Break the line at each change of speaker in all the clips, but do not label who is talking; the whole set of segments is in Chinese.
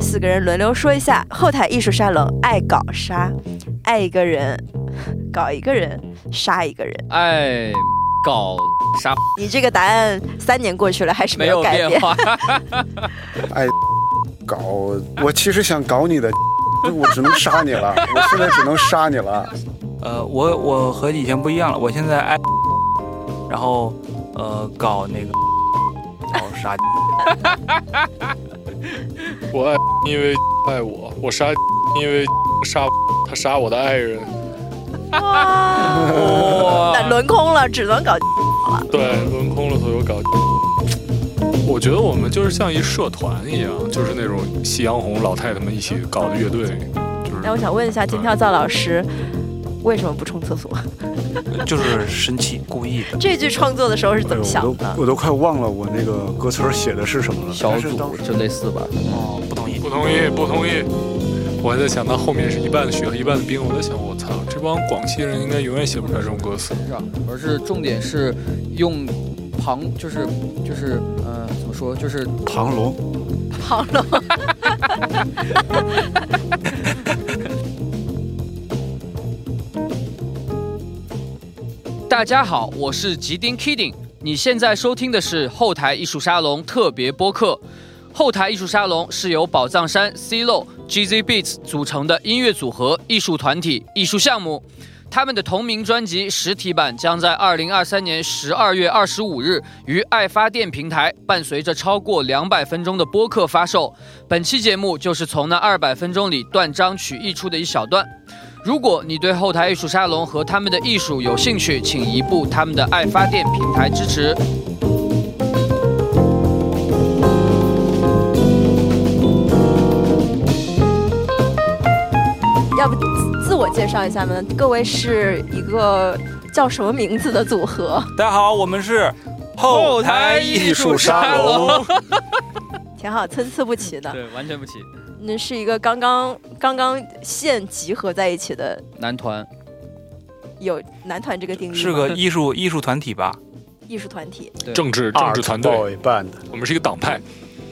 四个人轮流说一下后台艺术沙龙爱搞啥，爱一个人，搞一个人，杀一个人。
爱哎搞啥
你这个答案三年过去了还是
没
有
有
改
变
变，
化？
搞，我其实想搞你的， 就我只能杀你了，我现在只能杀你了。
呃，我我和以前不一样了，我现在爱，然后呃搞那个搞啥，
我爱因为爱我，我杀因为杀他杀我的爱人，
哇，
哇
那轮空了，只能搞。
对，轮空了所有搞。我觉得我们就是像一社团一样，就是那种夕阳红老太太们一起搞的乐队，就是
那我想问一下金跳蚤老师，为什么不冲厕所？
就是生气，故意的。
这句创作的时候是
哎
怎
呦
么
我
想
都
的？
我都快忘了我那个歌词儿写的是什么了。
小
但是当
组
时
就类似吧，
哦，不同意
不。同意，不同意。我还在想，那后面是一半的雪和一半的冰。我在想，我操，这帮广西人应该永远写不出来这种歌词。
是吧？而是重点是用旁，就是就是呃，怎么说？就是
庞龙，
庞龙，
大家好，我是吉丁 Kidding，你现在收听的是后台艺术沙龙特别播客。后台艺术沙龙是由宝藏山 C l o GZ Beats 组成的音乐组合、艺术团体、艺术项目。他们的同名专辑实体版将在二零二三年十二月二十五日于爱发电平台，伴随着超过两百分钟的播客发售。本期节目就是从那二百分钟里断章取义出的一小段。如果你对后台艺术沙龙和他们的艺术有兴趣，请移步他们的爱发电平台支持。
要不自自我介绍一下呢？各位是一个叫什么名字的组合？
大家好，我们是
后台艺术沙龙，
挺好，参差不齐的。
对，完全不起。
那是一个刚刚刚刚现集合在一起的，
男团
有男团这个定义吗
是个艺术艺术团体吧？
艺术团体，
政治政治团队，
一半的，
我们是一个党派。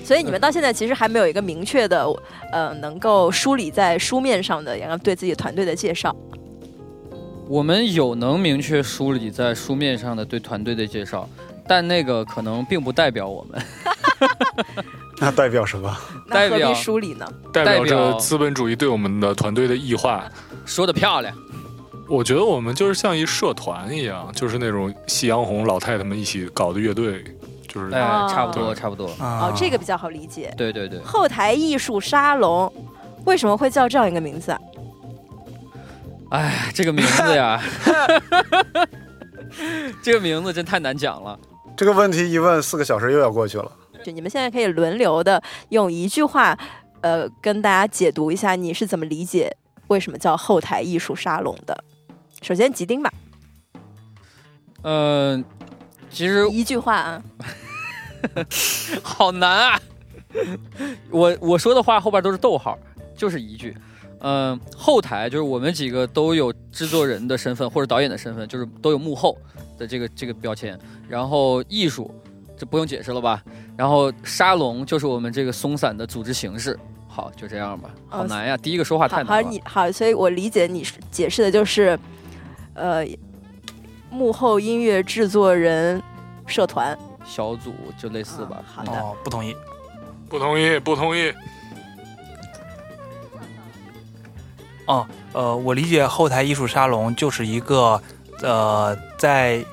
所以你们到现在其实还没有一个明确的，呃，能够梳理在书面上的，然后对自己团队的介绍。
我们有能明确梳理在书面上的对团队的介绍，但那个可能并不代表我们。
那代表什么？
那何
代表
必梳理呢？
代
代
表着
表
资本主义对我们的团队的异化。
说的漂亮，
我觉得我们就是像一社团一样，就是那种夕阳红老太太们一起搞的乐队，就是
哎，
哦
差不多，差不多。
啊
哦，这个比较好理解。
对对 对，
后台艺术沙龙为什么会叫这样一个名字啊？
哎，这个名字 呀，这个名字真太难讲了。
这个问题一问四个小时又要过去了。
就你们现在可以轮流的用一句话，呃，跟大家解读一下你是怎么理解为什么叫后台艺术沙龙的。首先，吉丁吧，
嗯、其实
一句话啊，
好难啊！ 我我说的话后边都是逗号，就是一句。嗯、后台就是我们几个都有制作人的身份或者导演的身份，就是都有幕后的这个这个标签。然后艺术，这不用解释了吧？然后沙龙就是我们这个松散的组织形式。好，就这样吧。好
哦
难呀，第一个说
啊
话太
好，好，
难了
你。好，所以我理解你是解释的就是，呃，幕后音乐制作人社团。
小组就类似吧
嗯。好的，
哦，不同意。
不同意，不同意。
哦，呃，我理解后台艺术沙龙就是一个呃，在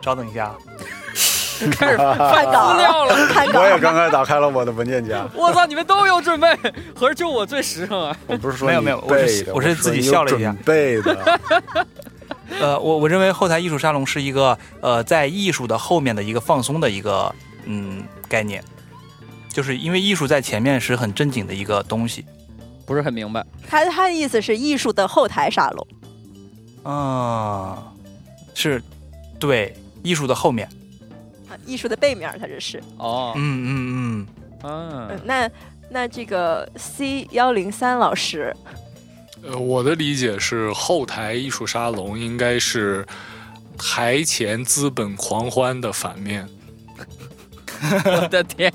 稍等一下，啊
开始
看
资
稿，
料了，
看
我
稿，
也刚才打开了我的文件夹，
我操，你们都有准备，合着就我最实诚啊。
我不是说
没有
你
没有我
背
是
的
我
说
是自己
你有
笑了一下
准备的，
呃，我我认为后台艺术沙龙是一个呃，在艺术的后面的一个放松的一个嗯概念，就是因为艺术在前面是很正经的一个东西。
不是很明白，
他他的意思是艺术的后台沙龙。
啊，是，对，艺术的后面。
啊艺术的背面儿，它这是。
哦，
嗯嗯
嗯
嗯，那那这个 C 幺零三老师，
呃，我的理解是，后台艺术沙龙应该是台前资本狂欢 的反面。
我的天，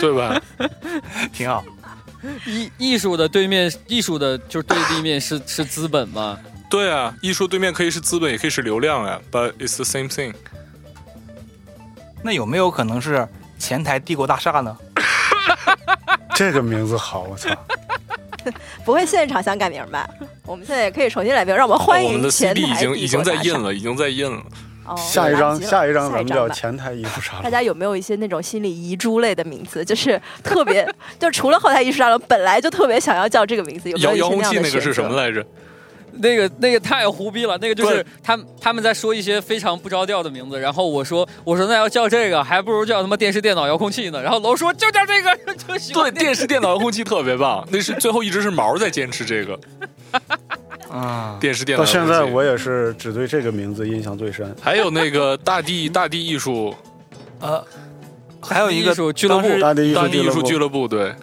对吧？
挺好。
艺艺术的对面，艺术的就是对立面是是资本嘛？
对啊，艺术对面可以是资本，也可以是流量啊，but it's the same thing。
那有没有可能是前台帝国大厦呢？
这个名字好，我操！
不会现场想改名吧？我们现在也可以重新来名，让我们欢
哦我们
迎
的
前台
CD 已经
帝
已经
国
在
大
印
厦。
了，已经在印了。
哦
下一张，下一张咱们叫
吧
前台艺术沙
大
龙。
家有没有一些那种心理遗珠类的名字？就是特别，就除了后台艺术沙龙，本来就特别想要叫这个名字， 有没
遥
有一
遥
些
控
那样
器
的
那个
选
是什
择
么？来着？
那个那个太胡逼了，那个就是
对
他们他们在说一些非常不着调的名字，然后我说我说那要叫这个，还不如叫他妈电视电脑遥控器呢。然后楼说就叫这个 就行。
对，电视电脑遥控器特别棒，那是最后一直是毛在坚持这个
啊，
电视电脑
到
遥控器。
现在我也是只对这个名字印象最深。
还有那个大地大地艺术
呃，还有一个
艺术俱乐部
当时
大地艺术
大地
俱
艺
乐
术俱
部，
乐部对，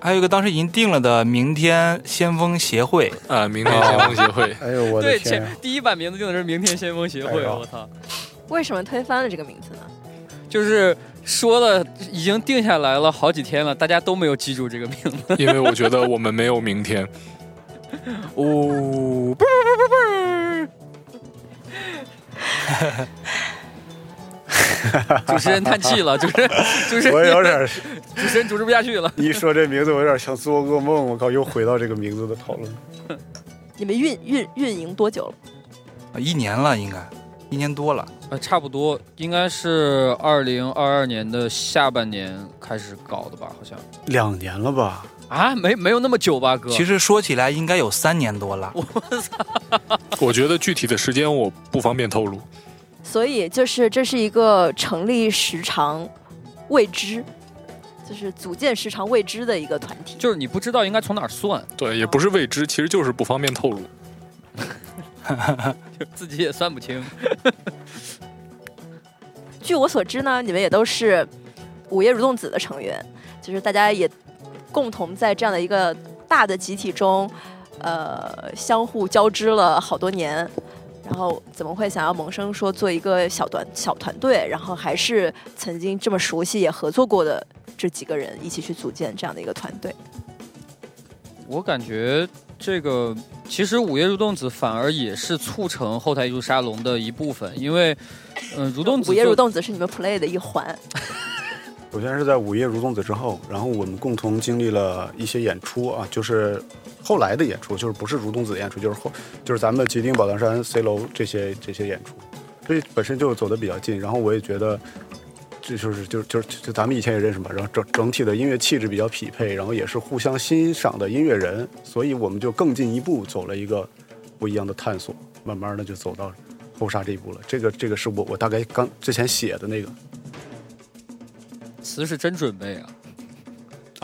还有一个当时已经定了的明天先锋协会，
啊，明天先锋协 会。
哎呦我的
对
天呀
前！第一版名字定的是明天先锋协会，
哎呦
我操，
为什么推翻了这个名字呢？
就是说了已经定下来了好几天了，大家都没有记住这个名字。
哦
因为我觉得我们没有明天。
哦，主持人叹气了，主持人，主持
我
人，
有点儿，
主持人主持不下去了。
一说这名字，我有点想做噩梦。我靠，又回到这个名字的讨论。
你们运运运营多久了？
呃一年了应该，一年多了。
呃，差不多应该是二零二二年的下半年开始搞的吧，好像
两年了吧？
啊，没没有那么久吧，哥。
其实说起来应该有三年多了。
我觉得具体的时间我不方便透露。
所以就是这是一个成立时长未知，就是组建时长未知的一个团体。
就是你不知道应该从哪儿 算，
对，也不是未知，其实就是不方便透露。
自己也算不清。
据我所知呢，你们也都是午夜蠕动子的成员，就是大家也共同在这样的一个大的集体中，呃，相互交织了好多年。然后怎么会想要萌生说做一个小团小团队，然后还是曾经这么熟悉也合作过的这几个人一起去组建这样的一个团队？
我感觉这个其实午夜蠕动子反而也是促成后台艺术沙龙的一部分，因为，嗯、蠕动子
午夜
就
蠕动子是你们 play 的一环，
首先是在《午夜蠕动子》之后，然后我们共同经历了一些演出啊，就是后来的演出，就是不是蠕动子的演出，就是后就是咱们的吉丁、宝藏山、C 楼这些这些演出，所以本身就走得比较近。然后我也觉得，这就是就是就是就咱们以前也认识嘛，然后整整体的音乐气质比较匹配，然后也是互相欣赏的音乐人，所以我们就更进一步走了一个不一样的探索，慢慢的就走到后沙这一步了。这个这个是我我大概刚之前写的那个。
词是真准备啊。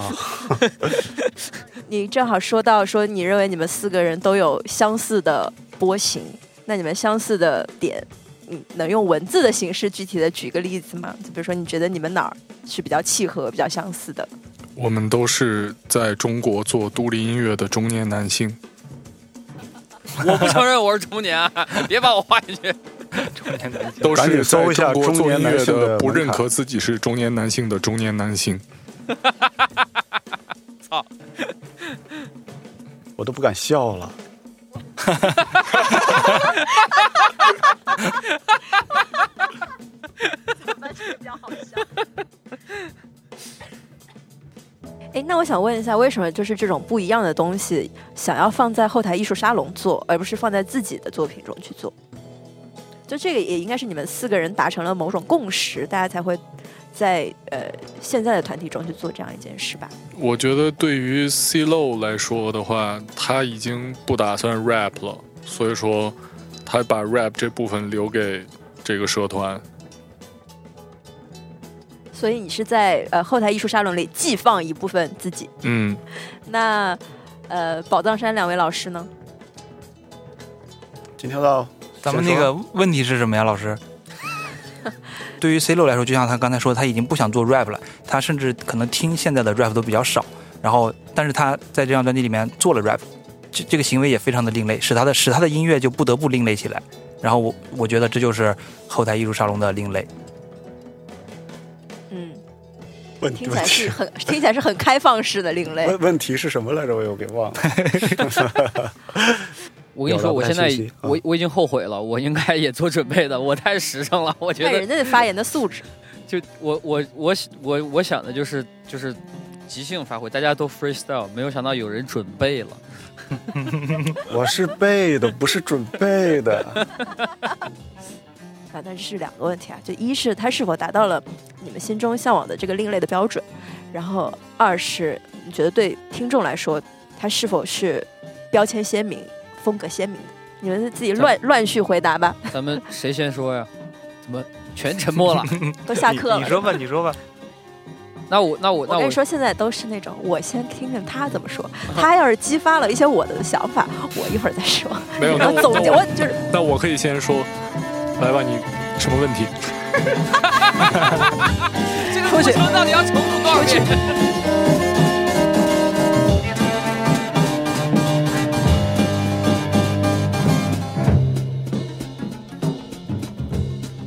你正好说到说你认为你们四个人都有相似的波形，那你们相似的点，嗯，能用文字的形式具体的举个例子吗？就比如说你觉得你们哪儿是比较契合、比较相似的？
我们都是在中国做独立音乐的中年男性。
我不承认我是中年啊，别把我画进去。
都
赶
是
紧搜一下
在中国
中
做
年
音
男
乐
性的
不
门
认
槛
可自己是中年男性的中年男性。
我都不敢笑了。
比较好笑。哎，那我想问一下，为什么就是这种不一样的东西，想要放在后台艺术沙龙做，而不是放在自己的作品中去做？就这个也应该是你们四个人达成了某种共识，大家才会在呃现在的团体中去做这样一件事吧？
我觉得对于 C Lo 来说的话，他已经不打算 rap 了，所以说他把 rap 这部分留给这个社团。
所以你是在呃后台艺术沙龙里寄放一部分自己。
嗯，
那呃宝藏山两位老师呢？
今天到
咱们那个问题是什么呀，老 师？对于 C 六来说，就像他刚才说，他已经不想做 rap 了，他甚至可能听现在的 rap 都比较少。然后，但是他在这张专辑里面做了 rap，这这个行为也非常的另类，使他的使他的音乐就不得不另类起来。然后我我觉得这就是后台艺术沙龙的另类。
嗯，
问
听起
问
来
题
是很听起来是很开放式的另类。
问问题是什么来着？我又给忘
我跟你
了。
说，
有了
我现在
拍信息
我
嗯
我已经后悔了，我应该也做准备的，我太实诚了，我觉
看
得
人家的发言的素质，
就我我我我我想的就是就是即兴发挥，大家都 freestyle，没有想到有人准备了。
我是背的，不是准备的。
啊，但是两个问题啊，就一是它是否达到了你们心中向往的这个另类的标准，然后二是你觉得对听众来说，它是否是标签鲜明、风格鲜明的？你们自己乱乱序回答吧，
咱 们谁先说呀？怎么全沉默 了？
都下
你
课了。
你说吧，你说吧。
那我那我那
我跟
我
你说，现在都是那种，我先听听他怎么说，
嗯
他要是激发了一些我的想法，我一会儿再说，
没有，
然
那
后
我
总结，
那
我
我
就是
那我可以先说，来吧，你什么问题？
这个过程到底要重复多少遍？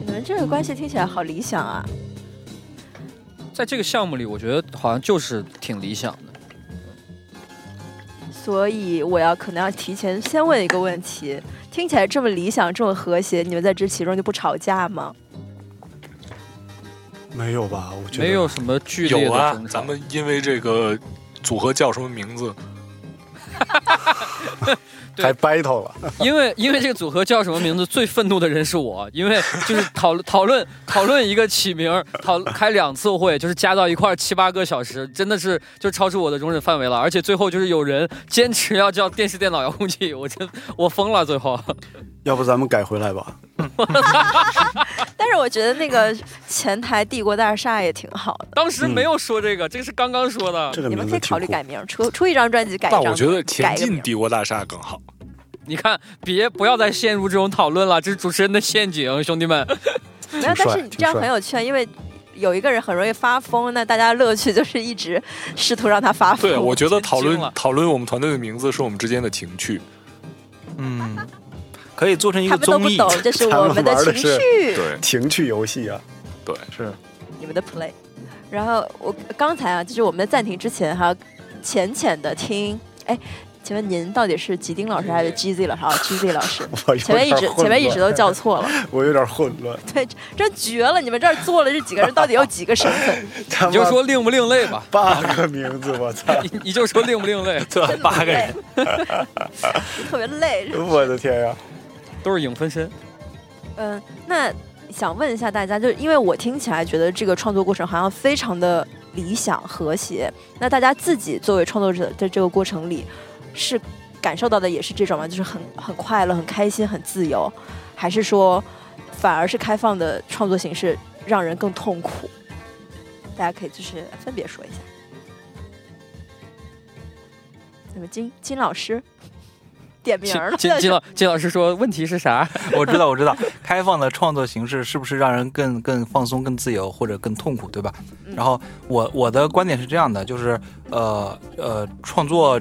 你们这个关系听起来好理想啊，
在这个项目里，我觉得好像就是挺理想的。
所以我要可能要提前先问一个问题：听起来这么理想，这么和谐，你们在这其中就不吵架吗？
没有吧？我觉得
没有什么剧烈
有
的
啊
争，吵。
咱们因为这个组合叫什么名字？
对
还 battle 了。
因为因为这个组合叫什么名字，最愤怒的人是我，因为就是讨论讨论讨论一个起名儿，讨开两次会，就是加到一块儿七八个小时，真的是就超出我的容忍范围了。而且最后就是有人坚持要叫电视电脑遥控器，我真我疯了。最后
要不咱们改回来吧？
但是我觉得那个前台帝国大厦也挺好的，
当时没有说这个，这个是刚刚说的。
这个
哦你
名
们
字
可以
挺
考虑
酷
改。名，出出一张专辑改一
但
张，
我觉得
改
前
一个
进
名。
帝国大厦更好。
你看，别不要再陷入这种讨论了，这是主持人的陷阱，兄弟们。
没有，
挺
但
帅
是你
挺
这样
帅
很有趣，啊，因为。有一个人很容易发疯，那大家乐趣就是一直试图让他发疯。
对，我觉得
真
讨
惊
论
了
讨论我们团队的名字是我们之间的情趣。
嗯，可以做成一
他
个
们都
综
不
艺，
懂，这是
他
我
们
们的
玩
情
的是
绪。
对
情趣游戏啊，
对，
是
你们的 play。然后我刚才啊，就是我们在暂停之前哈、浅浅的听，哎，请问您到底是吉丁老师还是 GZ 老师啊？GZ 老师，
嗯我有
前面一
点
直
混
前面一直
乱
都叫错 了，
我有点混 乱。
对，真绝了！你们这儿坐了这几个人，到底有几个身 份？
他
你就
妈
说另不另类吧，
八个名字，我 操！
你你就说另不另类，
真的很累， 特别累。
我的天啊呀！
都是影分身。
嗯，那想问一下大家，就是因为我听起来觉得这个创作过程好像非常的理想和谐，那大家自己作为创作者在这个过程里是感受到的也是这种吗？就是很很快乐、很开心、很自由，还是说反而是开放的创作形式让人更痛苦？大家可以就是分别 说一下。那么金金老师 点名
金
儿了，
金金老金老师说问题是啥？
我知道，我知道，开放的创作形式是不是让人更更放松、更自由或者更痛苦，对吧？
嗯
然后我我的观点是这样的，就是呃呃，创作，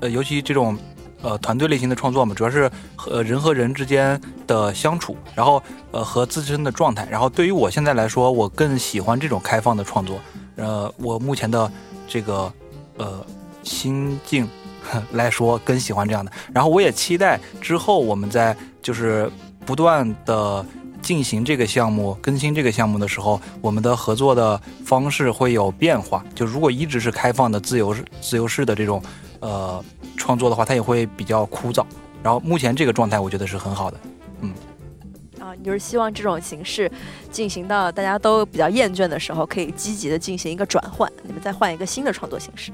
呃，尤其这种呃团队类型的创作嘛，主要是和呃人和人之间的相处，然后呃和自身的状态。然后对于我现在来说，我更喜欢这种开放的创作。呃，我目前的这个呃心境 来说，更喜欢这样的。然后我也期待之后我们在就是不断的进行这个项目、更新这个项目的时候，我们的合作的方式会有变化。就如果一直是开放的、自由式、自由式的这种呃创作的话，它也会比较枯燥。然后目前这个状态，我觉得是很好的。
啊，你就是希望这种形式进行到大家都比较厌倦的时候，可以积极的进行一个转换，你们再换一个新的创作形式。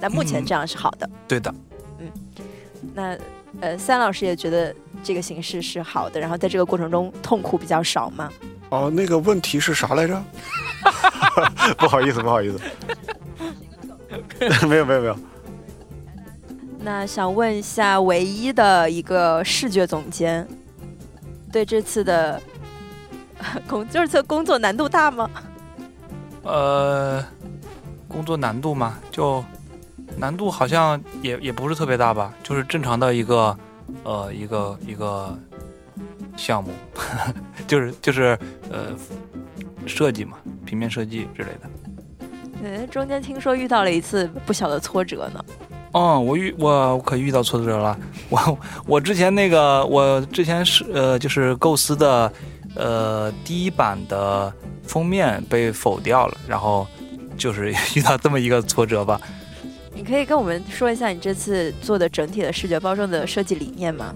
那目前
嗯
这样是好的。
对的，
那呃，三老师也觉得这个形式是好的，然后在这个过程中痛苦比较少吗？
哦，那个问题是啥来着？ 不好意思，不好 意思。没有没有没有，
那想问一下，唯一的一个视觉总监，对这次的工这次工作难度大吗？
呃，工作难度嘛，就难度好像也也不是特别大吧，就是正常的一个呃一个一个项目， 就是就是呃设计嘛，平面设计之类的。
呃，中间听说遇到了一次不小的挫折呢。
哦，我遇我我可遇到挫折了。 我我之前那个，我之前是呃，就是构思的，呃，第一版的封面被否掉了，然后就是 遇到这么一个挫折吧。
你可以跟我们说一下你这次做的整体的视觉包装的设计理念吗？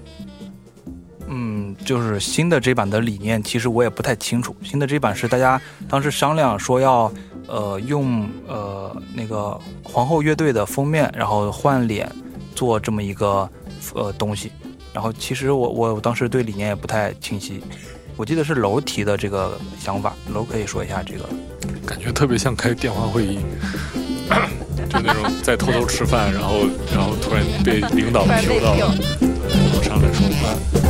嗯，就是新的这版的理念，其实我也不太清楚。新的这版是大家当时商量说要，呃，用呃那个皇后乐队的封面，然后换脸做这么一个呃东西。然后其实我我我当时对理念也不太清晰，我记得是楼提的这个想法，楼可以说一下这个。
感觉特别像开电话会议， 就那种在偷偷吃饭，然后然后突然被领导 Q 到了，然后上来说话。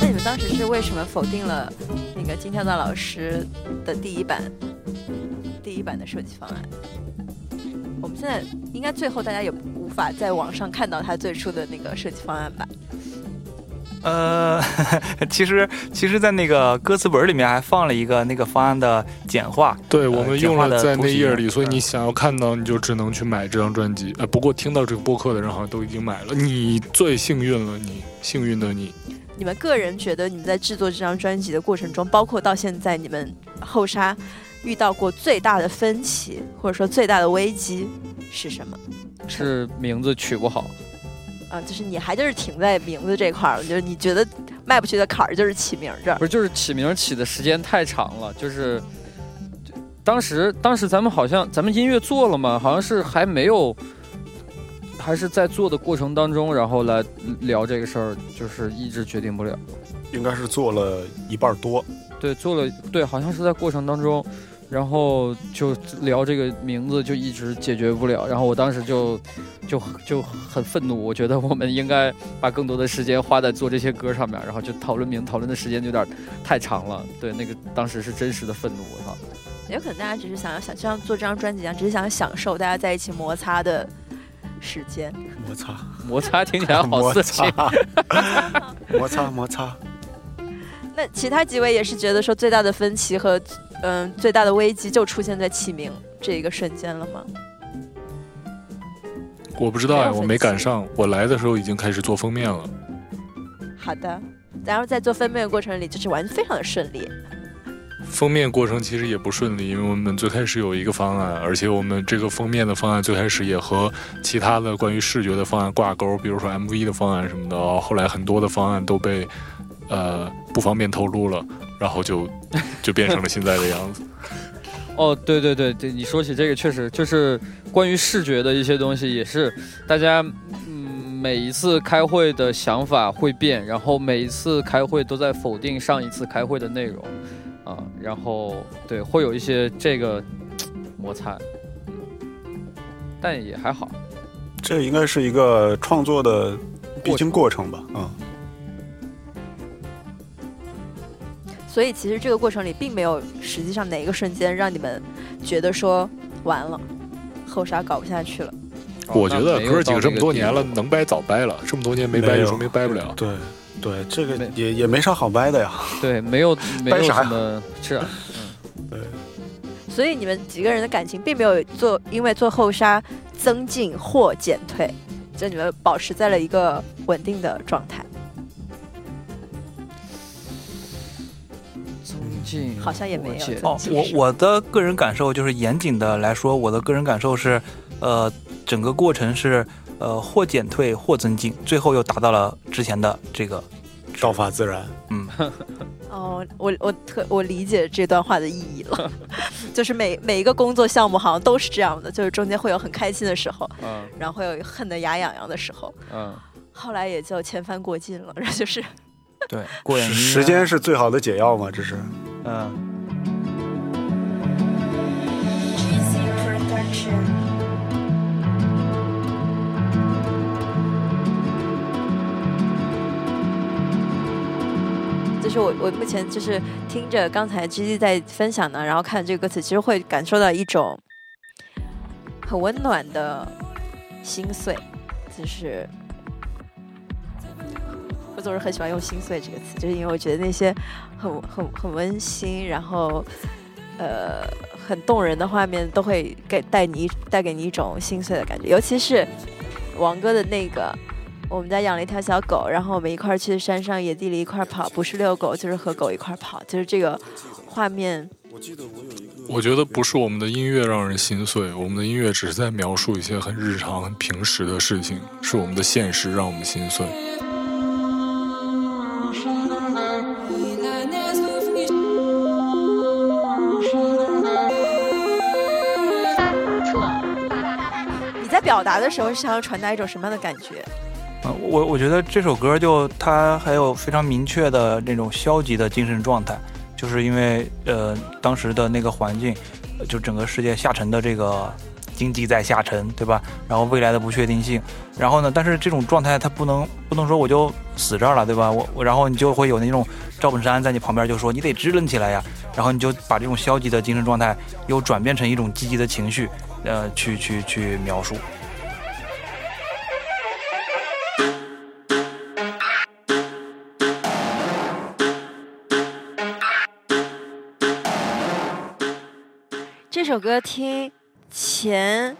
那你们当时是为什么否定了那个金跳蚤老师的第一版第一版的设计方案？我们现在应该最后大家也无法在网上看到他最初的那个设计方案吧？
呃，其实其实，在那个歌词本里面还放了一个那个方案的简化，
对，
呃
我们
简
用
化的
了在
图
那
形
页里，所以
嗯
你想要看到，你就只能去买这张专辑。呃，不过听到这个播客的人好像都已经买了，你最幸运了，你幸运的你。
你们个人觉得你们在制作这张专辑的过程中，包括到现在你们后沙遇到过最大的分歧，或者说最大的危机是什么？
是名字取不好。
啊，就是你还就是停在名字这块儿了，就是你觉得迈不去的坎儿就是起名儿这儿
不。是，就是起名儿起的时间太长了，就是就当时当时咱们好像咱们音乐做了嘛，好像是还没有，还是在做的过程当中，然后来聊这个事儿，就是一直决定不了。
应该是做了一半多，
对，做了对，好像是在过程当中，然后就聊这个名字就一直解决不了，然后我当时就就就很愤怒，我觉得我们应该把更多的时间花在做这些歌上面，然后就讨论名讨论的时间有点太长了，对，那个当时是真实的愤怒，我操。
也有可能大家只是想要想像做这张专辑一样，只是想享受大家在一起摩擦的时间。
摩擦，
摩擦听起来好
摩
色情
擦，摩擦，摩擦。
那其他几位也是觉得说最大的分歧和嗯、最大的危机就出现在起名这一个瞬间了吗？
我不知道
还
呀，
有
我
粉
没赶
丝
上，我来的时候已经开始做封面了。
好的，然后在做分辨的过程里，就是玩得非常的顺利。
封面过程其实也不顺利，因为我们最开始有一个方案，而且我们这个封面的方案最开始也和其他的关于视觉的方案挂钩，比如说 MV 的方案什么的。后来很多的方案都被呃不方便透露了，然后就 就变成了现在的样 子。
哦，对对对对，你说起这个，确实就是关于视觉的一些东西，也是大家嗯每一次开会的想法会变，然后每一次开会都在否定上一次开会的内容啊，然后对会有一些这个嘖摩擦，嗯但也还好。
这应该是一个创作的必经过程吧？啊、
所以其实这个过程里并没有实际上哪一个瞬间让你们觉得说完了，后沙搞不下去了。
哦
我觉
那
得
没有
哥儿几
到
个这
那
么
个
多
地
年
步
了，能掰早掰了，这么多年没掰
没
就
有
说明掰不了。
对对，这个
没
也也没啥好掰的呀。
对，没 有没有
掰啥呀
什么是啊，
所以你们几个人的感情并没有做因为做后沙增进或减退，就你们保持在了一个稳定的状态，
增进
嗯好像也没有
我解
增
哦，我我的个人感受就是严谨的来说，我的个人感受是，呃，整个过程是呃或减退或增进，最后又达到了之前的这个
道法自然，
嗯。
哦，我我特我理解这段话的意义了， 就是每每一个工作项目好像都是这样的，就是中间会有很开心的时候，
嗯
然后会有恨得牙痒痒的时候，
嗯，
后来也就前帆过尽了，然后就是
对，过眼
时
云烟
时间，是最好的解药嘛？这是
嗯，
就是我我目前就是听着刚才 G G 在分享呢，然后看这个歌词，其实会感受到一种很温暖的心碎，就是我总是很喜欢用“心碎”这个词，就是因为我觉得那些很很很温馨，然后呃很动人的画面，都会给带你一带给你一种心碎的感觉。尤其是王哥的那个，我们家养了一条小狗，然后我们一块儿去山上野地里一块儿跑，不是遛狗就是和狗一块儿跑，就是这个画面。
我觉得不是我们的音乐让人心碎，我们的音乐只是在描述一些很日常、很平时的事情，是我们的现实让我们心碎。
Il a nas d'ouvrir.
Thank
你在表达的时候想要传达一种什么样的感觉？
呃我我觉得这首歌就它还有非常明确的那种消极的精神状态，就是因为呃当时的那个环境，呃就整个世界下沉的这个经济在下沉，对吧？然后未来的不确定性，然后呢，但是这种状态它不能不能说我就死这儿了，对吧？我我然后你就会有那种赵本山在你旁边就说你得支棱起来呀，然后你就把这种消极的精神状态又转变成一种积极的情绪，呃，去去去描述。
这首歌听前，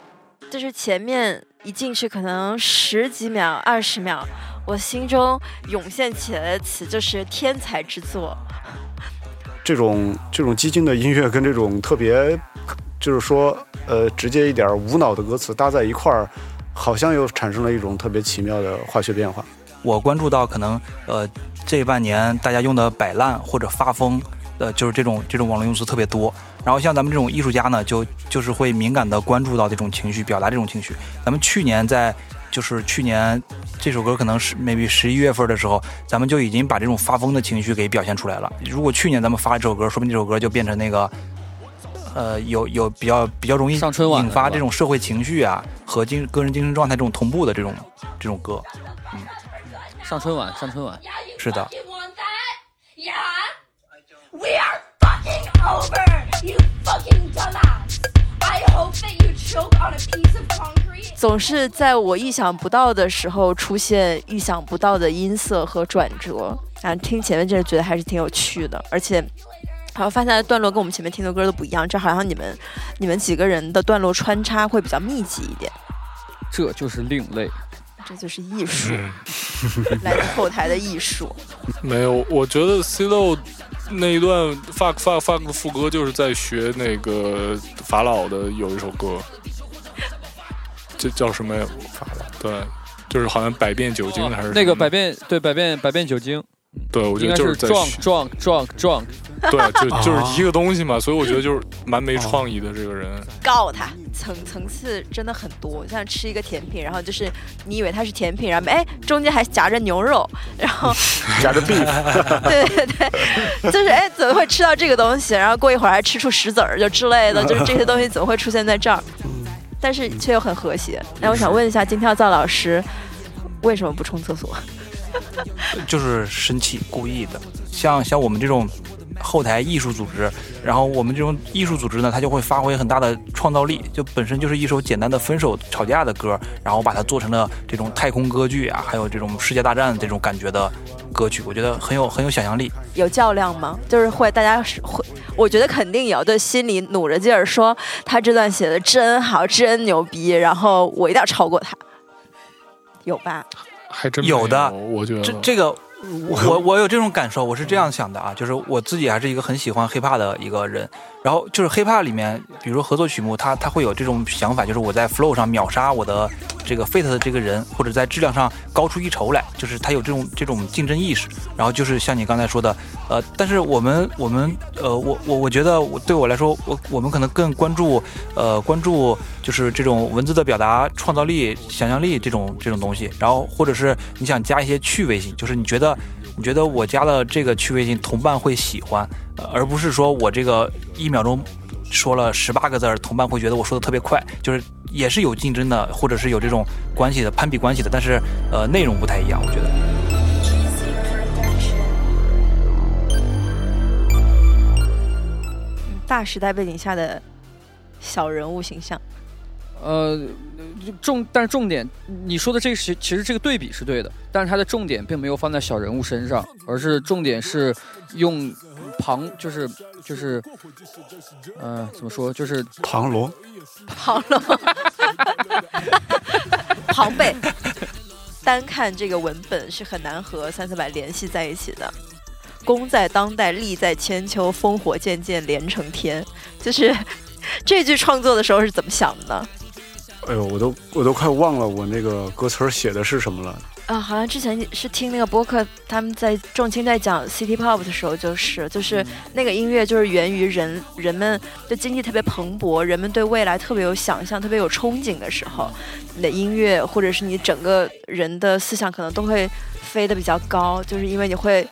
就是前面一进去可能十几秒、二十秒，我心中涌现起来的词就是天才之作。
这种这种激进的音乐跟这种特别，就是说呃直接一点儿无脑的歌词搭在一块儿，好像又产生了一种特别奇妙的化学变化。
我关注到可能呃这半年大家用的摆烂或者发疯，呃就是这种这种网络用词特别多。然后像咱们这种艺术家呢，就就是会敏感的关注到这种情绪，表达这种情绪。咱们去年在就是去年这首歌可能是 maybe 十一月份的时候，咱们就已经把这种发疯的情绪给表现出来了。如果去年咱们发这首歌，说不定这首歌就变成那个。呃，有有比较比较容易
上春晚了
引发
是吧
这种社会情绪啊和精个人精神状态这种同步的这种这种歌，
上春晚，上春晚，
是的。
We are fucking over, you fucking dumbass. I hope that you choke on a piece of concrete.
总是在我意想不到的时候出现意想不到的音色和转折。啊，听前面真是觉得还是挺有趣的，而且好像发现它的段落跟我们前面听的歌都不一样，这好像你们你们几个人的段落穿插会比较密集一点。
这就是另类。
这就是艺术，来自后台的艺术。
没有，我觉得 C 罗那一段 fuck fuck fuck 的副歌就是在学那个法老的有一首歌，这叫什么呀？法老对，就是好像百变酒精还是什么
那个百变，对百变百变酒精，
对，我觉
应该
得就是在
drunk
学
drunk drunk drunk。
对，就
啊
就是一个东西嘛，所以我觉得就是蛮没创意的这个
啊
人。
告他，层层次真的很多，像吃一个甜品，然后就是你以为它是甜品，然后哎中间还夹着牛肉，然后
夹 着 beef，
对对对，就是哎怎么会吃到这个东西？然后过一会儿还吃出石子儿就之类的，就是这些东西怎么会出现在这儿？但是却又很和谐。那我想问一下金跳蚤老师，为什么不冲厕所？
就是生气，故意的。像像我们这种后台艺术组织，然后我们这种艺术组织呢，它就会发挥很大的创造力，就本身就是一首简单的分手吵架的歌，然后把它做成了这种太空歌剧啊，还有这种世界大战这种感觉的歌曲，我觉得很有很有想象力。
有较量吗？就是会大家是会，我觉得肯定有，就心里努着劲儿说他这段写的真好，真牛逼，然后我一定要超过他，有吧？
还真
有的
没我觉得
这这 个。我我有这种感受，我是这样想的啊，就是我自己还是一个很喜欢 hiphop 的一个人，然后就是 hiphop 里面，比如说合作曲目，它它会有这种想法，就是我在 flow 上秒杀我的这个 fit 的这个人，或者在质量上高出一筹来，就是它有这种这种竞争意识。然后就是像你刚才说的，呃，但是我们我们呃，我我我觉得我对我来说，我我们可能更关注呃关注就是这种文字的表达、创造力、想象力这种这种东西，然后或者是你想加一些趣味性，就是你觉得你觉得我加了这个趣味性，同伴会喜欢，呃而不是说我这个一秒钟说了十八个字儿，同伴会觉得我说的特别快，就是也是有竞争的，或者是有这种关系的攀比关系的，但是呃内容不太一样，我觉得。
大时代背景下的小人物形象，
呃，就重，但是重点，你说的这个是其实这个对比是对的，但是它的重点并没有放在小人物身上，而是重点是用旁，就是就是，呃，怎么说，就是
庞龙，
庞 龙，庞贝。单看这个文本是很难和三四百联系在一起的。功在当代，利在千秋，烽火渐渐连成天。就是 这句创作的时候是怎么想的呢？
哎呦，我都我都快忘了我那个歌词儿写的是什么了。
啊，好像之前是听那个播客，他们在重青在讲 City Pop 的时候，就是就是那个音乐就是源于人人们就经济特别蓬勃，人们对未来特别有想象、特别有憧憬的时候，你的音乐或者是你整个人的思想可能都会飞得比较高，就是因为你会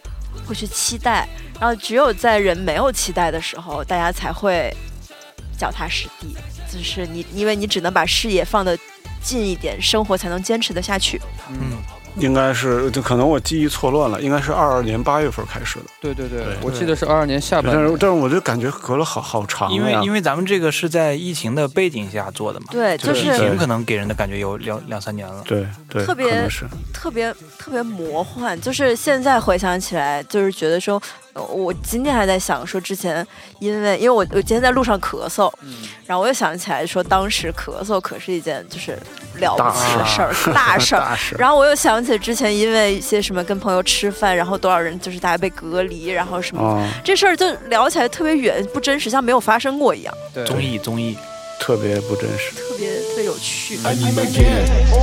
会去期待，然后只有在人没有期待的时候，大家才会脚踏实地，就是你因为你只能把视野放得近一点，生活才能坚持得下去。
嗯，
应该是，就可能我记忆错乱了，应该是二二年八月份开始的，
对对对
对，
我记得是二二年下半
但是
年。
但是我就感觉隔了好好长啊
因为
呀
因为咱们这个是在疫情的背景下做的嘛，
对，啊就
疫
是
对
情可能给人的感觉有两两三年了。
对对，
特别
可能是
特别特别魔幻，就是现在回想起来，就是觉得说，呃我今天还在想说之前，因为因为我我今天在路上咳嗽，
嗯
然后我又想起来说当时咳嗽可是一件就是了不起的事儿，大 事儿。
大事
然后我又想起之前因为一些什么跟朋友吃饭，然后多少人就是大家被隔离，然后什么、
啊，
这事儿就聊起来特别远不真实，像没有发生过一样，
对，
综艺综艺，
特别不真实。
特别特别有趣。
I need my gang，离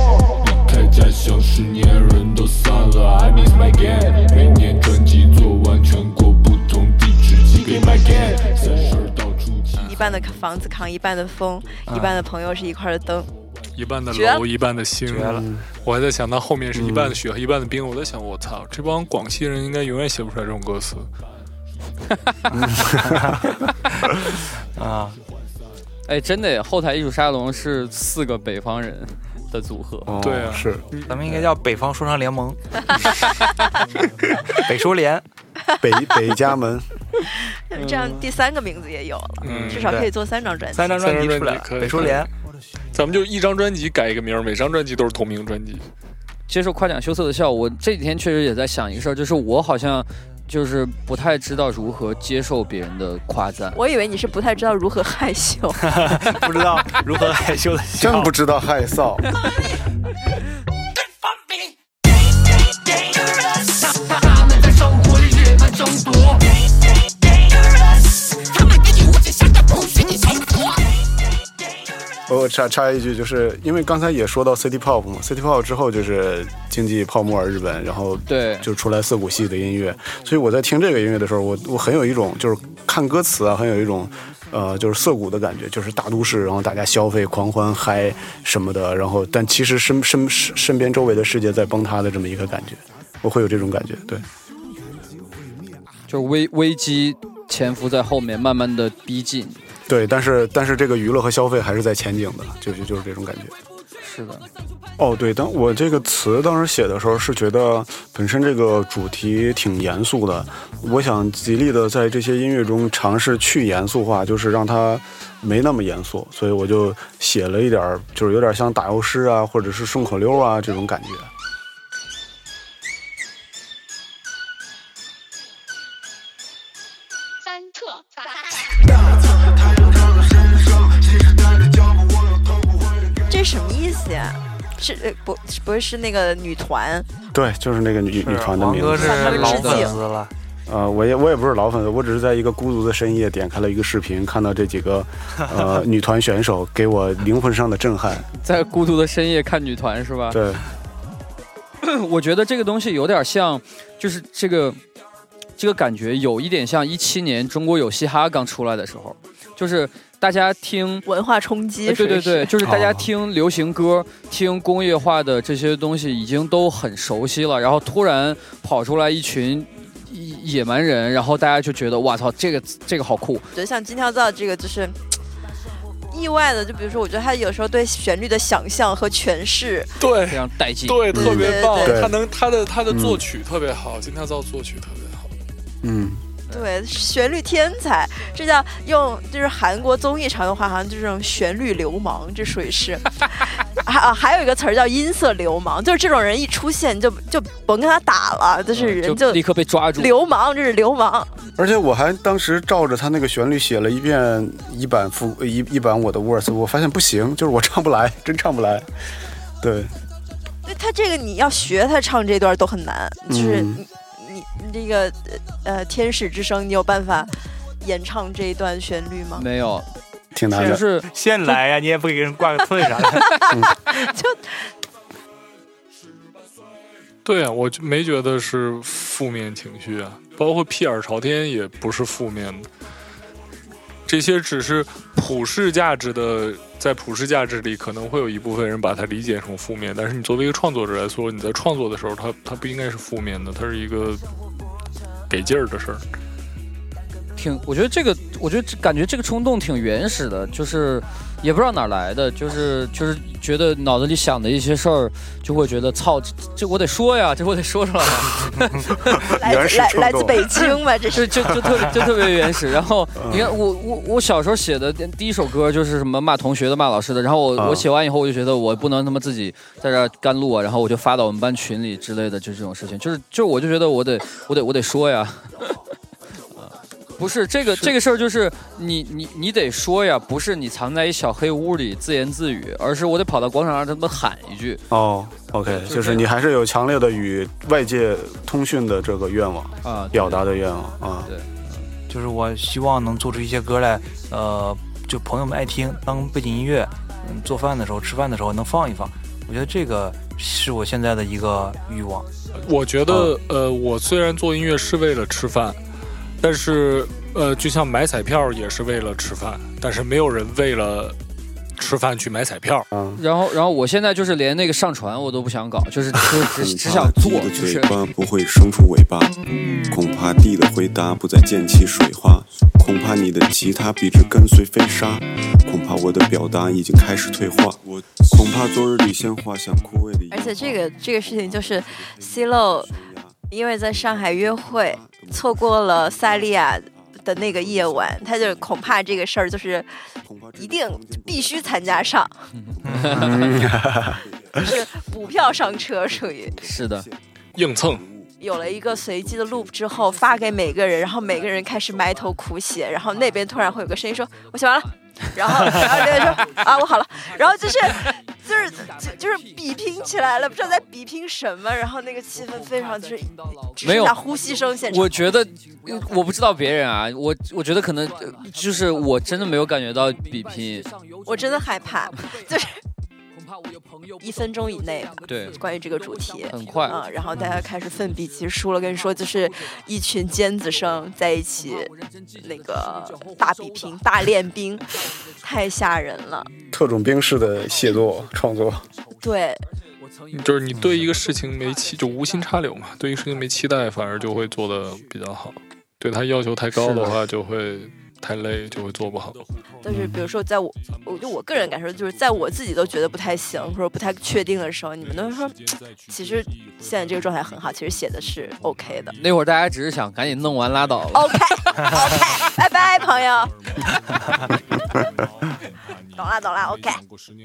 开家乡十年，人都散了。I miss my gang，每年专辑做完，全国不同地址寄给 my gang，三十儿到处寄。
一半的房子扛一半的风，一半的朋友是一块儿的灯。
一半的
绝了
楼，一半的心。
了
嗯
我还在想，到后面是一半的雪和一半的冰。我在想，我操，这帮广西人应该永远写不出来这种歌词。
啊，
哎，真的耶，后台艺术沙龙是四个北方人的组合。
哦
对啊
是
咱们应该叫北方说唱联盟，北说联。
北北家门，
这样
嗯
第三个名字也有了，
嗯
至少可以做三张专辑。
三张专辑出来
三张专辑可
了，
以
北说联，
咱们就一张专辑改一个名儿，每张专辑都是同名专辑。
接受夸奖羞涩的笑。我这几天确实也在想一个事儿，就是我好像就是不太知道如何接受别人的夸赞。
我以为你是不太知道如何害 羞，
不知道如何害羞的 笑
真不知道害臊。我插插一句，就是因为刚才也说到 City Pop 嘛，City Pop 之后就是经济泡沫日本，然后
对
就出来涩谷系的音乐，所以我在听这个音乐的时候，我我很有一种就是看歌词啊，很有一种呃就是涩谷的感觉，就是大都市，然后大家消费狂欢嗨什么的，然后但其实身身身身边周围的世界在崩塌的这么一个感觉，我会有这种感觉，对，
就是危危机潜伏在后面，慢慢的逼近。
对，但是但是这个娱乐和消费还是在前景的，就是就是这种感觉。
是的，
哦，对，当我这个词当时写的时候是觉得本身这个主题挺严肃的，我想极力的在这些音乐中尝试去严肃化，就是让它没那么严肃，所以我就写了一点儿，就是有点像打油诗啊，或者是顺口溜啊这种感觉。
三特发
这什么意思呀？是呃不是不是是那个女团
对，就是那个女女团的
王
名
哥
字。
是老粉丝了，
呃，我也我也不是老粉丝，我只是在一个孤独的深夜点开了一个视频，看到这几个 呃女团选手给我灵魂上的震撼。
在孤独的深夜看女团是吧？
对，
我觉得这个东西有点像，就是这个这个感觉有一点像一七年中国有嘻哈刚出来的时候，就是大家听。
文化冲
哎
击？
对对对，
是
就是大家
哦
听流行歌、听工业化的这些东西已经都很熟悉了，然后突然跑出来一群野野蛮人，然后大家就觉得哇操，这个这个好酷，
不是，觉得像金跳罩这个就是。意外的，就比如说，我觉得他有时候对旋律的想象和诠释，
对
非常带劲。
对，特别棒
嗯对
对。对
他能他的他的
嗯
作曲特别好，金跳蚤作曲特别好。
嗯，
对，旋律天才，这叫用就是韩国综艺常用话，好像就是这种旋律流氓，这属于 是。还啊，还有一个词儿叫音色流氓，就是这种人一出现你就就甭跟他打了，嗯就是人
呃就
就
立刻被抓住。
流氓，这是流氓。
而且我还当时照着他那个旋律写了一遍一版复一一版我的 words，我发现不行，就是我唱不来，真唱不来。对，
对他这个你要学他唱这段都很难，就是
嗯
你、你你这个呃天使之声，你有办法演唱这一段旋律吗？
没有，
挺难
就
的。
是
先来呀、你也不给人挂个退啥的。
对啊，我就没觉得是负面情绪啊，包括屁眼朝天也不是负面的，这些只是普世价值的，在普世价值里可能会有一部分人把它理解成负面，但是你作为一个创作者来说，你在创作的时候，它它不应该是负面的，它是一个给劲儿的事儿。
挺，我觉得这个，我觉得这感觉这个冲动挺原始的，就是也不知道哪儿来的，就是就是觉得脑子里想的一些事儿，就会觉得操，这这我得说呀，这我得说出来啊呀，
来自
原始
来
冲
来自
动
北京吧，这是。
就就就特别就特别原始。然后
嗯
你看我我我小时候写的第一首歌就是什么骂同学的骂老师的，然后我、
啊
我写完以后我就觉得我不能他妈自己在这儿甘露啊，然后我就发到我们班群里之类的，就这种事情，就是就是我就觉得我得我得我得说呀。不是这个这个事儿，就是你你你得说呀，不是你藏在一小黑屋里自言自语，而是我得跑到广场上他妈喊一句，
哦，OK，
对
就是你还是有强烈的与外界通讯的这个愿望，
啊，
表达的愿望啊。
就是我希望能做出一些歌来，呃，就朋友们爱听，当背景音乐，嗯，做饭的时候、吃饭的时候能放一放。我觉得这个是我现在的一个欲望。
我觉得，呃，我虽然做音乐是为了吃饭，但是，呃，就像买彩票也是为了吃饭，但是没有人为了吃饭去买彩票。
嗯，
然后然后我现在就是连那个上传我都不想搞，就是 就是只只想做，
地
就
的嘴
是
巴不会生出尾巴，
嗯
恐怕地的回答不再溅起水花，恐怕你的吉他笔直跟随飞沙，恐怕我的表达已经开始退化，恐怕昨日里鲜花像枯萎的。
而且这个这个事情就是 C 漏，因为在上海约会
嗯
错过了萨莉亚的那个夜晚，他就恐怕这个事儿就是一定必须参加上，
嗯
就是补票上车，属于
是的。
硬蹭，
有了一个随机的 loop 之后发给每个人，然后每个人开始埋头苦写，然后那边突然会有个声音说：“我写完了。”然后，然后这边说：“啊，我好了。”然后就是。就是就就是比拼起来了，不知道在比拼什么，然后那个气氛非常就是只
没有
剩下呼吸声现场。
我觉得，呃我不知道别人啊，我我觉得可能呃就是我真的没有感觉到比拼，
我真的害怕，就是一分钟以内吧
对，
关于这个主题。
很快。
嗯，然后大家开始奋笔疾书了。跟你说，就是一群尖子生在一起，那个大比拼、大练兵，太吓人了。
特种兵式的写作创作，
对，
就是你对一个事情没期，就无心插柳嘛，对一个事情没期待，反而就会做的比较好。对他要求太高的话，就会太累，就会做不好。
但是比如说，在我，我就我个人感受，就是在我自己都觉得不太行，或者不太确定的时候，你们都说，其实现在这个状态很好，其实写的是 OK 的。
那会儿大家只是想赶紧弄完拉倒了。
OK OK，拜拜，朋友。懂了懂了，OK。行，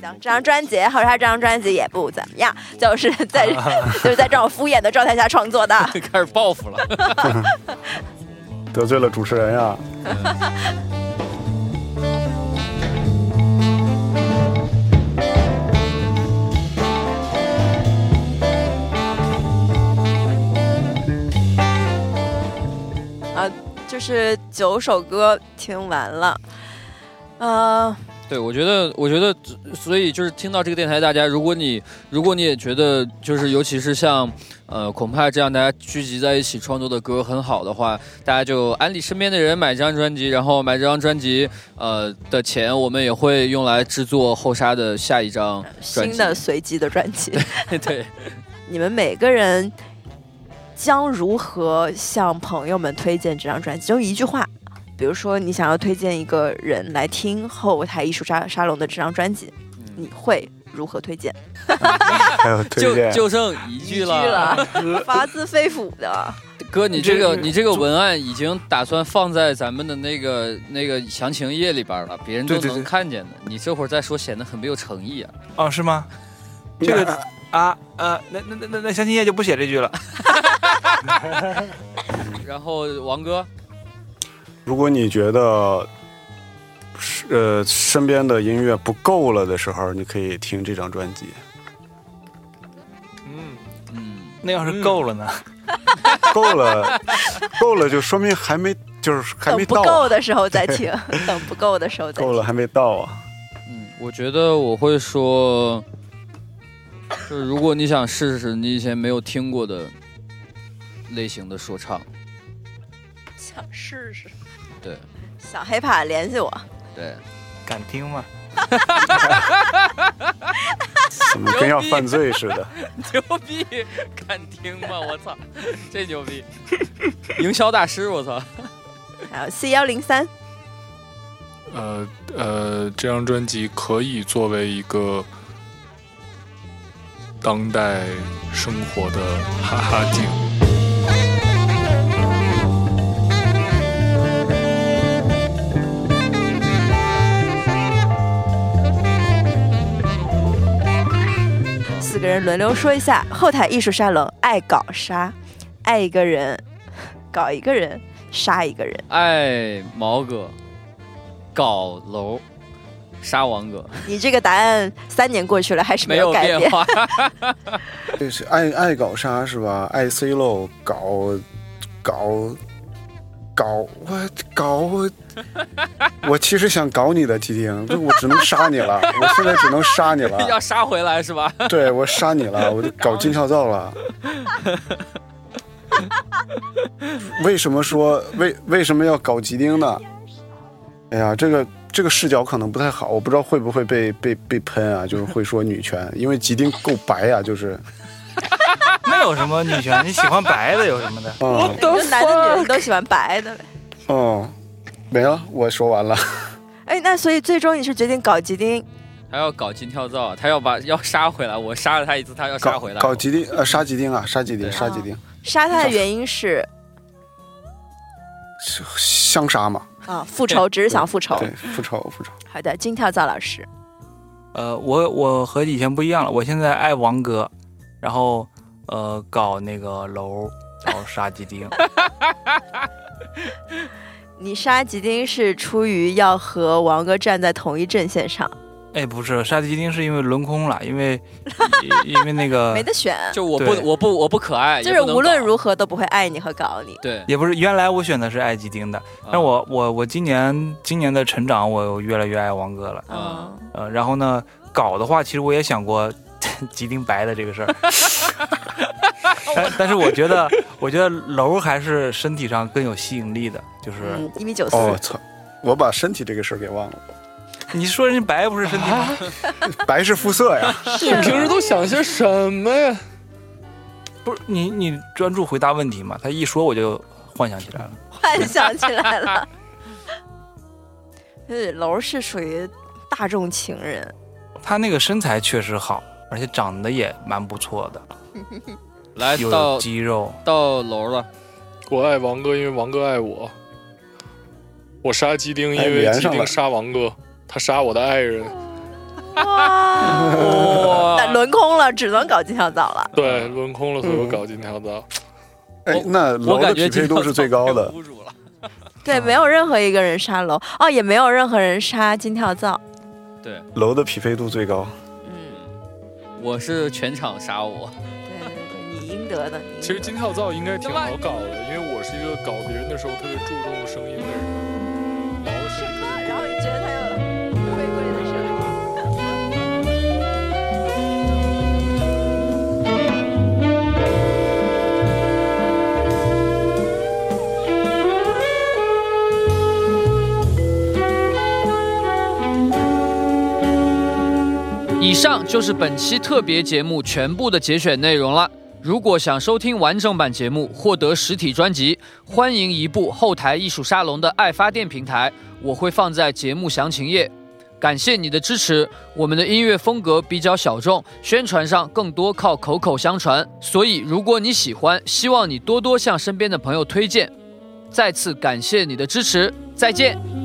这张专辑，后来这张专辑也不怎么样，就是在就是在这种敷衍的状态下创作的。
开始报复了，
得罪了主持人啊呀、
就是九首歌听完了，呃，
对我觉得，我觉得，所以就是听到这个电台，大家，如果你，如果你也觉得，就是尤其是像，呃，恐怕这样大家聚集在一起创作的歌很好的话，大家就安利身边的人买这张专辑，然后买这张专辑，呃的钱，我们也会用来制作后沙的下一张专辑。
呃新的随机的专辑，
对，
你们每个人将如何向朋友们推荐这张专辑？就一句话，比如说你想要推荐一个人来听后台艺术沙沙龙的这张专辑，
嗯
你会如何推荐？
还有推
就
荐，
就剩一句了。
了，发自肺腑的。
哥，你这个
这
你这个文案已经打算放在咱们的那个那个详情页里边了，别人都
对对
能
对
看见的。你这会儿再说，显得很没有诚意啊。
哦，是吗？这个啊呃，那那那那那相亲页就不写这句了。
然后王哥，
如果你觉得是呃身边的音乐不够了的时候，你可以听这张专辑。
嗯，
嗯，
那要是够了呢？
够 了，够了，就说明还没就是还
呃
没
等不
到啊、
够的时候再 听，等不够的时候再
够
听。
了还没到啊。
嗯，我觉得我会说，就是如果你想试试你以前没有听过的类型的说唱，
想试试，
对
想黑怕联系我。
对，
敢听吗？
怎么跟要犯罪似的？
牛逼，敢听吗？我操，这牛逼， 营销大师，我操，
还有 C 幺零三，
呃呃，这张专辑可以作为一个当代生活的哈哈镜。
四个人轮流说一下。后台艺术沙龙爱搞啥？爱一个人，搞一个人，杀一个人。
爱哎毛哥，搞楼，杀王 哥，
你这个答案三年过去了还是
没
有
有
改
变化，
这是爱爱搞啥是吧？爱 C 喽，搞搞搞我搞我，我其实想搞你的基丁，就我只能杀你了，我现在只能杀你
要
了，
杀回来是吧？
对我杀你了，我就搞金跳蚤了。 为什么说为为什么要搞吉丁呢？哎呀，这个这个视角可能不太好，我不知道会不会被被被喷啊，就是会说女权，因为吉丁够白呀、就是。
那有什么女权？你喜欢白的有什么的？
嗯。
就男的女的都喜欢白的呗。
哦，没了，我说完了。
哎，那所以最终你是决定搞吉丁，
还要搞金跳蚤，他要把要杀回来，我杀了他一次，他要杀
搞
回来，
搞吉丁，呃，杀吉丁啊，杀吉丁，
对
杀吉丁，
杀他的原因是
相杀嘛。
啊复仇，只是想复仇
对。，复仇，复仇。
好的，金跳蚤老师，
呃，我我和以前不一样了，我现在爱王哥，然后呃搞那个楼，搞杀鸡丁。
你杀吉丁是出于要和王哥站在同一阵线上，
哎，不是，杀鸡丁是因为轮空了，因为因因为那个
没得选，
就我不
对
我不我不可爱，
就
呃
是
也不能
无论
搞
如何都不会爱你和搞你。
对，啊
也不是，原来我选的是爱鸡丁的，但我我我今年今年的成长，我越来越爱王哥了。
啊
嗯，
呃，然后呢，搞的话，其实我也想过 吉丁白的这个事儿，但但是我觉得，我觉得楼还是身体上更有吸引力的，就是、
嗯，一米九四，
哦，操！我把身体这个事儿给忘了。
你说人家白不是身体吗？
白是啊肤色 呀，
你平时都想些什么呀？
不是你你专注回答问题嘛？他一说我就幻想起来了。
幻想起来 了。对，楼是属于大众情 人，
他那个身材确实好，而且长得也蛮不错的，
来
又
哎到
有肌肉。
到楼了，
我爱王哥，因为王哥爱我。我杀鸡丁，因
哎
为
连
鸡
上了啊
丁杀王哥，他杀我的爱人。
哇，
哇
哦
但，轮空了，只能搞金跳蚤了。
对，轮空了，所
嗯
以我搞金条蚤。
哎
我，
那
我
楼的
感觉
匹配度是最高的
被。侮辱了，
哦
对，没有任何一个人杀楼，哦，也没有任何人杀金跳蚤。
对，
楼的匹配度最高，
嗯，
我是全场杀我，
对对对，你应得的。你
其实
应得
金跳蚤应该挺好搞的，因为我是一个搞别人的时候特别注重声音的人。然后是一个
的然后你觉得他有违规的事儿。
以上就是本期特别节目全部的节选内容了。如果想收听完整版节目，获得实体专辑，欢迎移步后台艺术沙龙的爱发电平台，我会放在节目详情页。
感谢你的支持，我们的音乐风格比较小众，宣传上更多靠口口相传，所以如果你喜欢，希望你多多向身边的朋友推荐。再次感谢你的支持，再见。